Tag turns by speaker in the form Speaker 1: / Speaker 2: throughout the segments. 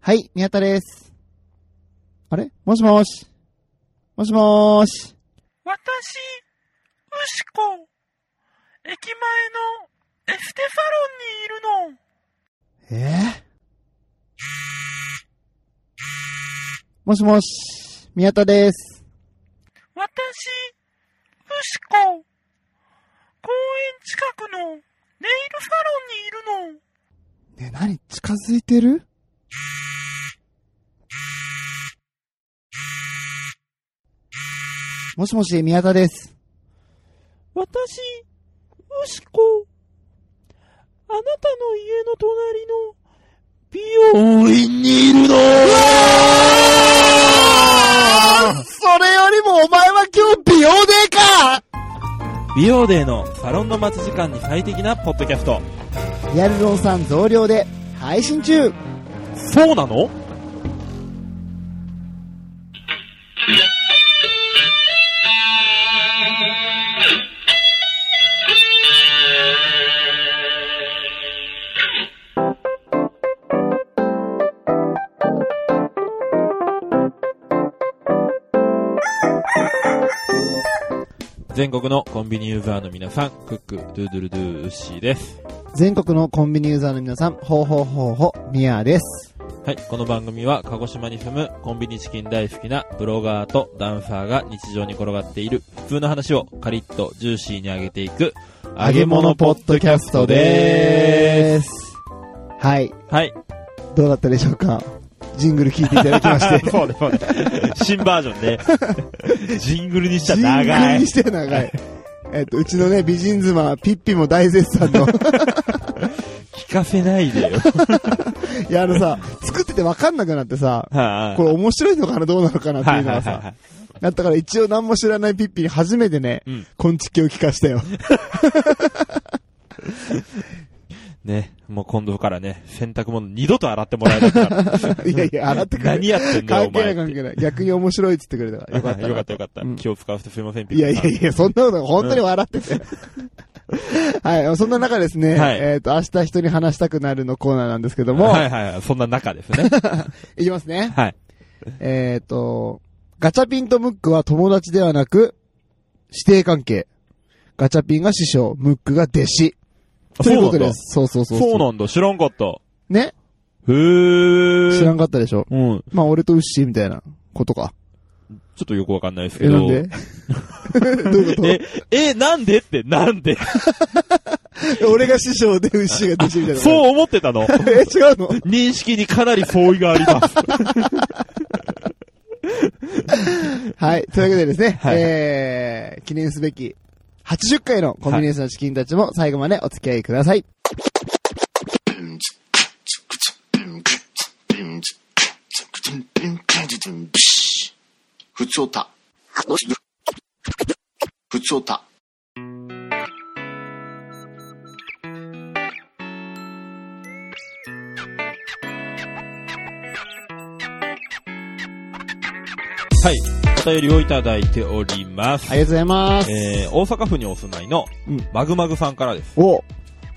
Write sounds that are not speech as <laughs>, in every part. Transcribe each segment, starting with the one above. Speaker 1: はい、宮田です。あれもしもし。もしもーし。
Speaker 2: 私、牛子、駅前のエステサロンにいるの。
Speaker 1: えー、もしもし。宮田です。
Speaker 2: 私、牛子、公園近くのネイルサロンにいる
Speaker 1: ね
Speaker 2: の。
Speaker 1: え、何近づいてるもしもし、宮田です。
Speaker 2: 私、牛子、あなたの家の隣の美容
Speaker 1: 応援にいるのそれよりもお前は今日美容デーか
Speaker 2: 美容デーのサロンの待ち時間に最適なポッドキャスト。
Speaker 1: ヒアルロン酸増量で配信中
Speaker 2: そうなの全国のコンビニユーザーの皆さん、クック、ドゥドゥルドゥウッシーです。
Speaker 1: 全国のコンビニユーザーの皆さん、ほうほうほうほう、ミアです。
Speaker 2: はい、この番組は鹿児島に住むコンビニチキン大好きなブロガーとダンサーが日常に転がっている普通の話をカリッとジューシーに揚げていく揚げ物ポッドキャストでーす。
Speaker 1: す。はい、
Speaker 2: はい。
Speaker 1: どうだったでしょうかジングル聞いていただきまして。
Speaker 2: <laughs> そうね、そうね。新バージョンね。ジングルにしちゃ
Speaker 1: ジング
Speaker 2: 長
Speaker 1: ル
Speaker 2: い
Speaker 1: に。して長い。えっと、うちのね、美人妻、ピッピも大絶賛
Speaker 2: <laughs>
Speaker 1: の。
Speaker 2: 聞かせな
Speaker 1: <laughs>
Speaker 2: いでよ。
Speaker 1: いや、あのさ、作っててわかんなくなってさ、
Speaker 2: は
Speaker 1: これ面白いのかなどうなのかなって
Speaker 2: はいいう
Speaker 1: の
Speaker 2: は
Speaker 1: は
Speaker 2: いはい
Speaker 1: さ
Speaker 2: は、い。
Speaker 1: だったから一応何も知らないピッピに初めてね
Speaker 2: うん、
Speaker 1: 昆虫を聞か
Speaker 2: <laughs>
Speaker 1: したよ。
Speaker 2: ね、もう今度からね、洗濯物二度と洗ってもらえなくなる。
Speaker 1: いやいや、洗ってくれ。
Speaker 2: 何やってんだよ、お
Speaker 1: 関係な
Speaker 2: 前
Speaker 1: い。関係ない。逆に面白いって言ってくれ
Speaker 2: <laughs>
Speaker 1: たから。よかった。
Speaker 2: よかったよかった
Speaker 1: うん。
Speaker 2: 気を使わせてすいません、ピッ
Speaker 1: い
Speaker 2: ピ
Speaker 1: やいやいや、そんなこと、本当に笑ってて。はい、そんな中ですね、
Speaker 2: はい
Speaker 1: えっ、と、明日人に話したくなるのコーナーなんですけども、
Speaker 2: はいはいはい。そんな中ですね。
Speaker 1: い、きますね。
Speaker 2: はい。
Speaker 1: えっ、と、ガチャピンとムックは友達ではなく、指定関係。ガチャピンが師匠、ムックが弟子。
Speaker 2: あ
Speaker 1: ということ
Speaker 2: そうなん
Speaker 1: で
Speaker 2: だ
Speaker 1: す。そうそうそう
Speaker 2: そうなんだ、知らんかった。
Speaker 1: ね
Speaker 2: へー。
Speaker 1: 知らんかったでしょ
Speaker 2: うん。ち
Speaker 1: まあ、俺とウッシーみたいなことか。
Speaker 2: ょっとよくわかんないです
Speaker 1: え、
Speaker 2: け
Speaker 1: なん
Speaker 2: ど。 <laughs>
Speaker 1: でどういうこ
Speaker 2: え、え、なんでって、なんで
Speaker 1: と俺が師匠でウッシーが弟子みたいな。う
Speaker 2: そう思って
Speaker 1: <laughs>
Speaker 2: た
Speaker 1: え、
Speaker 2: の <laughs>
Speaker 1: 違うの
Speaker 2: 認識にかなり相違があり
Speaker 1: <laughs>
Speaker 2: ます。
Speaker 1: はい。というわけでですね、
Speaker 2: はいはい
Speaker 1: えー、記念すべき80回のコンビニエンスのチキンたちも最後までお付き合いください。
Speaker 3: ふつおた。ふつおた。
Speaker 2: はい。お便りをいただいております。
Speaker 1: ありがとうございます。
Speaker 2: えー、大阪府にお住まいの
Speaker 1: うん、
Speaker 2: マグマグさんからです。
Speaker 1: お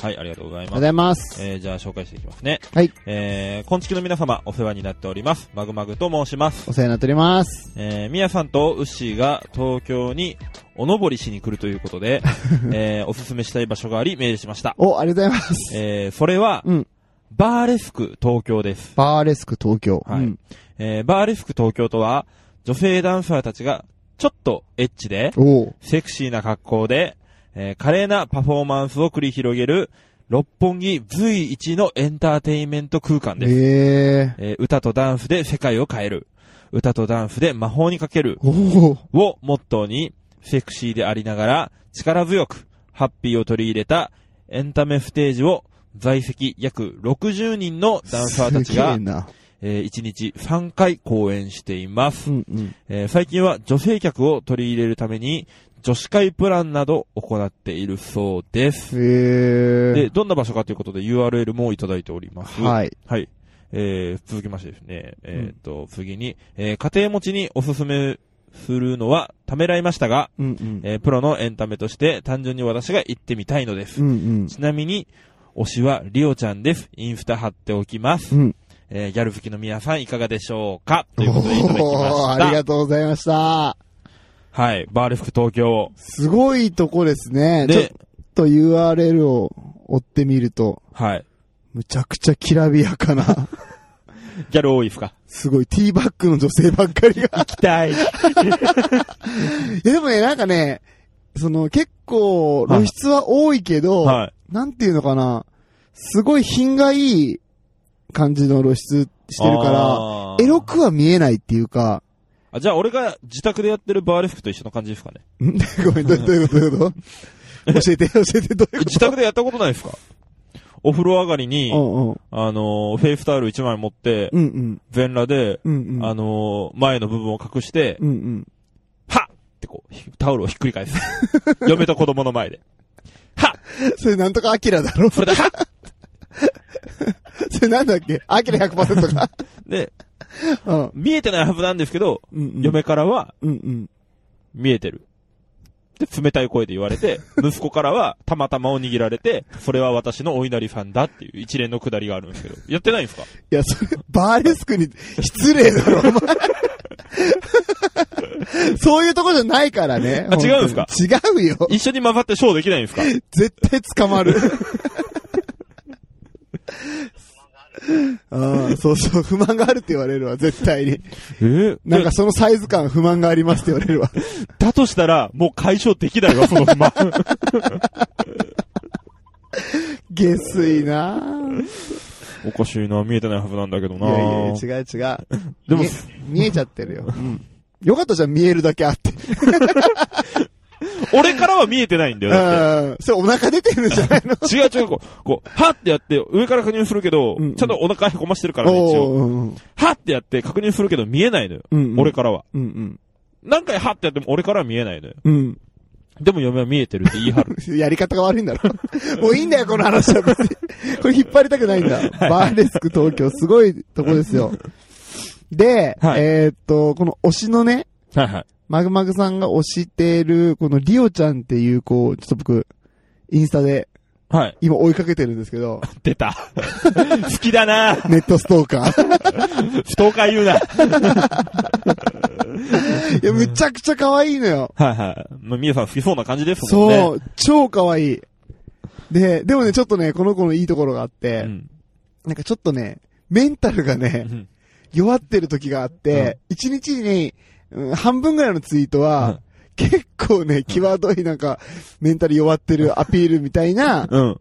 Speaker 1: あり
Speaker 2: はい、ありがとうござい
Speaker 1: がとうご
Speaker 2: ます。
Speaker 1: ざいます。
Speaker 2: えー、じゃあ紹介していきますね。
Speaker 1: はい。
Speaker 2: えー、こんちきの皆様、お世話になっております。マグマグと申します。
Speaker 1: お世話になっております。
Speaker 2: えー、みやさんとウッシーが東京にお登りしに来るということ
Speaker 1: <laughs>
Speaker 2: で、えー、おすすめしたい場所がありメールしました。
Speaker 1: お、ありがとうございます。
Speaker 2: えー、それは、
Speaker 1: うん
Speaker 2: バーレスク東京です。
Speaker 1: バーレスク東京。
Speaker 2: はい
Speaker 1: うん
Speaker 2: えー、バーレスク東京とは、女性ダンサーたちがちょっとエッチで、
Speaker 1: おう
Speaker 2: セクシーな格好で、えー、華麗なパフォーマンスを繰り広げる、六本木随一のエンターテインメント空間です。
Speaker 1: えー。
Speaker 2: えー歌とダンスで世界を変える。歌とダンスで魔法にかける。
Speaker 1: おー
Speaker 2: をモットーに、セクシーでありながら、力強く、ハッピーを取り入れた、エンタメステージを、在籍約60人のダンサーたちが
Speaker 1: すげえ、な。
Speaker 2: え1日3回公演しています
Speaker 1: う。んうん。
Speaker 2: えー最近は女性客を取り入れるために、女子会プランなど行っているそうです。
Speaker 1: え
Speaker 2: で、どんな場所かということで URL もいただいております。
Speaker 1: ー。はい。
Speaker 2: はい。えー、続きましてですね、えっ、と、次に、えー家庭持ちにおすすめするのはためらいましたが、
Speaker 1: うんうん。
Speaker 2: えープロのエンタメとして単純に私が行ってみたいのです。
Speaker 1: うんうん。
Speaker 2: ちなみに、推しはリオちゃんです。インスタ貼っておきます。
Speaker 1: うん
Speaker 2: えーギャル好きの皆さんいかがでしょうかということでいただきま
Speaker 1: おー
Speaker 2: し
Speaker 1: あり
Speaker 2: た
Speaker 1: が。とうございました。
Speaker 2: はい。バーレフク東京。
Speaker 1: すごいとこですね。ちょっ
Speaker 2: で、
Speaker 1: と URL を追ってみると、
Speaker 2: はい。
Speaker 1: むちゃくちゃきらびやか <laughs> な、
Speaker 2: ギャル多いですか
Speaker 1: すごいティーバックの女性ばっかりが。
Speaker 2: 期待。
Speaker 1: いやでもね、なんかね、その結構露出は多いけど、
Speaker 2: はい。
Speaker 1: なんていうのかな、すごい品がいい感じの露出してるから、
Speaker 2: ら
Speaker 1: エロくは見えないっていうか、 <laughs>
Speaker 2: あ、じゃあ俺が自宅でやってるバーレフクと一緒の感じですかね。
Speaker 1: んごめん、どどういう <laughs> ことどういうこと教えて、教えて、どういうこと
Speaker 2: 自宅でやったことないですかお風呂上がりに、
Speaker 1: うんうん。
Speaker 2: あのー、フェイスタオル1枚持って、
Speaker 1: うんうん。
Speaker 2: 全裸で、
Speaker 1: うんうん。
Speaker 2: あのー、前の部分を隠して、
Speaker 1: うんうん。
Speaker 2: はっってこう、ひタオルをひっくり返
Speaker 1: <laughs>
Speaker 2: す。嫁と子供の前で。はっ
Speaker 1: それなんとかアキラだろ
Speaker 2: それで、はっ
Speaker 1: それなんだっけアキラ100%か。 <laughs>
Speaker 2: で、
Speaker 1: うん。
Speaker 2: 見えてないはずなんですけど、
Speaker 1: うんうん。
Speaker 2: 嫁からは、
Speaker 1: うんうん。
Speaker 2: 見えてる。で、冷たい声で言われて、息子からは、たまたまを握られて、それは私のお稲荷さんだっていう一連のくだりがあるんですけど、やってないんですか
Speaker 1: いや、それ、バーレスクに失礼だ
Speaker 2: <laughs>
Speaker 1: ろ、お前。そういうとこじゃないからね。
Speaker 2: あ違うんすか
Speaker 1: 本当に違うよ。
Speaker 2: 一緒に混ざってショーできない
Speaker 1: <laughs>
Speaker 2: んですか
Speaker 1: 絶対捕ま
Speaker 2: <laughs>
Speaker 1: る。ああ、そうそう、不満があるって言われるわ、絶対に。
Speaker 2: え
Speaker 1: なんかそのサイズ感不満がありますって言われるわ。
Speaker 2: だとしたら、もう解消できないわ、その不
Speaker 1: <laughs>
Speaker 2: 満。
Speaker 1: 下水なぁ。
Speaker 2: おかしいな、見えてないはずなんだけど
Speaker 1: い
Speaker 2: な。
Speaker 1: やいやいや、違う違う。
Speaker 2: でも
Speaker 1: 見え、見えちゃってるよ。うん。よかったじゃん、見えるだけあって。
Speaker 2: 俺からは見えてないんだよ、だ
Speaker 1: う
Speaker 2: っ
Speaker 1: ん。それお腹出てるん
Speaker 2: <laughs>
Speaker 1: じゃないの
Speaker 2: て。違う違う、こう、こう、はってやって、上から確認するけど、
Speaker 1: うんうん
Speaker 2: ちゃんとお腹へこましてるからね、一応。
Speaker 1: おー
Speaker 2: はってやって確認するけど見えないのよ。
Speaker 1: うんうん
Speaker 2: 俺からは。
Speaker 1: うんうん。
Speaker 2: 何回はってやっても俺からは見えないのよ。
Speaker 1: うん。
Speaker 2: でも嫁は見えてるって言い張る。
Speaker 1: <laughs> やり方が悪いんだろ。 <laughs> もういいんだよ、この話は <laughs> 別に。これ引っ張りたくないんだ。バーレスク東京、すごいとこです <laughs> よ。で、
Speaker 2: はい
Speaker 1: えーっと、この推しのね、
Speaker 2: はいはい。
Speaker 1: マグマグさんが推してる、このリオちゃんっていう子を、ちょっと僕、インスタで
Speaker 2: はい。
Speaker 1: 今追いかけてるんですけ <laughs> ど、
Speaker 2: 出た。 <laughs> 好きだな
Speaker 1: ネットストーカ <laughs> ー。
Speaker 2: 不当か言うな。はい
Speaker 1: いや、むちゃくちゃ可愛いのよ。
Speaker 2: はい。まあ、みさん好きそうな感じですもんね。
Speaker 1: そう、超可愛い。で、でもね、ちょっとね、この子のいいところがあって、
Speaker 2: ん。
Speaker 1: なんかちょっとね、メンタルがね、
Speaker 2: うん
Speaker 1: 弱ってる時があって、一、日に、うん半分ぐらいのツイートは、
Speaker 2: うん
Speaker 1: 結構ね、際どいなんか、メンタル弱ってるアピールみたいな
Speaker 2: うん。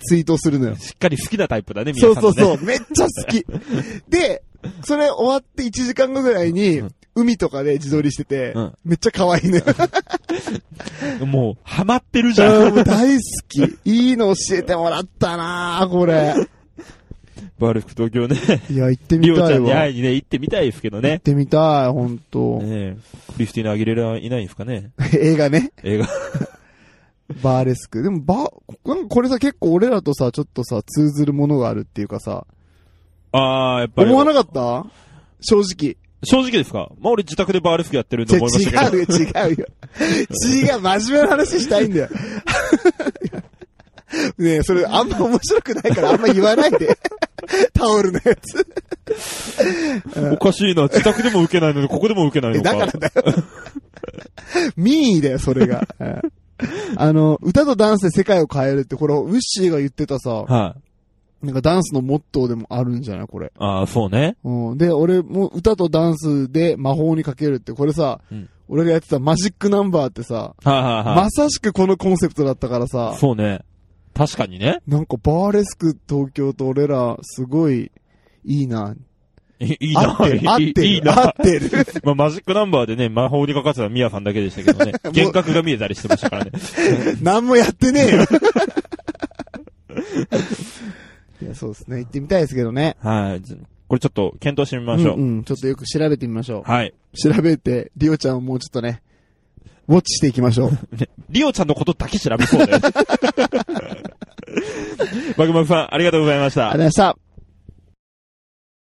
Speaker 1: ツイートをするのよ。
Speaker 2: しっかり好きなタイプだね、みさ
Speaker 1: そう
Speaker 2: ん、ね。。
Speaker 1: そうそうう、めっちゃ好き。で、それ終わって1時間後ぐらいに、
Speaker 2: うん
Speaker 1: 海とかで自撮りしてて、
Speaker 2: うん
Speaker 1: めっちゃ可愛い
Speaker 2: <laughs>
Speaker 1: ね。
Speaker 2: もう、ハマってるじゃ。
Speaker 1: うんんもう大好き。いいの教えてもらったなぁ、これ。
Speaker 2: バルク東京ね。
Speaker 1: いや、行って
Speaker 2: <laughs>
Speaker 1: み
Speaker 2: リオち
Speaker 1: た
Speaker 2: ゃ
Speaker 1: い
Speaker 2: んに
Speaker 1: わ。
Speaker 2: 会いにね、行ってみたいですけど
Speaker 1: 行っ
Speaker 2: ね。
Speaker 1: てみたい、ほんと。
Speaker 2: ねえクリスティーナ・アギレラいないんですかね
Speaker 1: 映画ね。
Speaker 2: 映画。
Speaker 1: <laughs> バーレスク。でも、バー、なんかこれさ、結構俺らとさ、ちょっとさ、通ずるものがあるっていうかさ、
Speaker 2: あー、やっぱり。
Speaker 1: 思わなかった正直。
Speaker 2: 正直ですかまあ俺自宅でバーレフクやってるんで
Speaker 1: 違
Speaker 2: 思いましたけど。 <laughs>
Speaker 1: うよ、違うよ。違う、真面目な話したいんだよ。 <laughs> ねえ、それ、あんま面白くないから、あんま言わないで。タオルのやつ。
Speaker 2: おかしいな。自宅でも受けないのに、ここでも受けないのか。
Speaker 1: えだから民意だよ、それが。うんあの、歌とダンスで世界を変えるって、これ、ウッシーが言ってたさ、
Speaker 2: はい。
Speaker 1: なんかダンスのモットーでもあるんじゃないこれ。
Speaker 2: あー、そうね。
Speaker 1: うん。で、俺も歌とダンスで魔法にかけるって、これさ、
Speaker 2: うん
Speaker 1: 俺がやってたマジックナンバーってさ、
Speaker 2: はいはいはい。
Speaker 1: まさしくこのコンセプトだったからさ、
Speaker 2: そうね。確かにね。
Speaker 1: なんかバーレスク東京と俺ら、すごい、いいな。
Speaker 2: いいい
Speaker 1: 合
Speaker 2: な
Speaker 1: っ。てる、合っ
Speaker 2: いい
Speaker 1: てる、
Speaker 2: いい
Speaker 1: 合っ
Speaker 2: な。
Speaker 1: て
Speaker 2: <laughs>
Speaker 1: る。
Speaker 2: まあ、マジックナンバーでね、魔法にかかってたミヤさんだけでしたけ
Speaker 1: <laughs>
Speaker 2: どね。幻覚が見えたりしてましたからね。
Speaker 1: 何もやってね
Speaker 2: <laughs>
Speaker 1: えよ。いや、そうですね。行ってみたいですけどね。
Speaker 2: はい。じこれちょっと検討してみましょう。
Speaker 1: んうん。ちょっとよく調べてみましょ
Speaker 2: はい。
Speaker 1: う。調べて、リオちゃんをもうちょっとね、ウォッチしていきましょう。
Speaker 2: リオちゃんのこと
Speaker 1: <laughs>
Speaker 2: だけ調べそうだよ。マグマグさん、ありがとうございました
Speaker 1: ありがとうございま。した。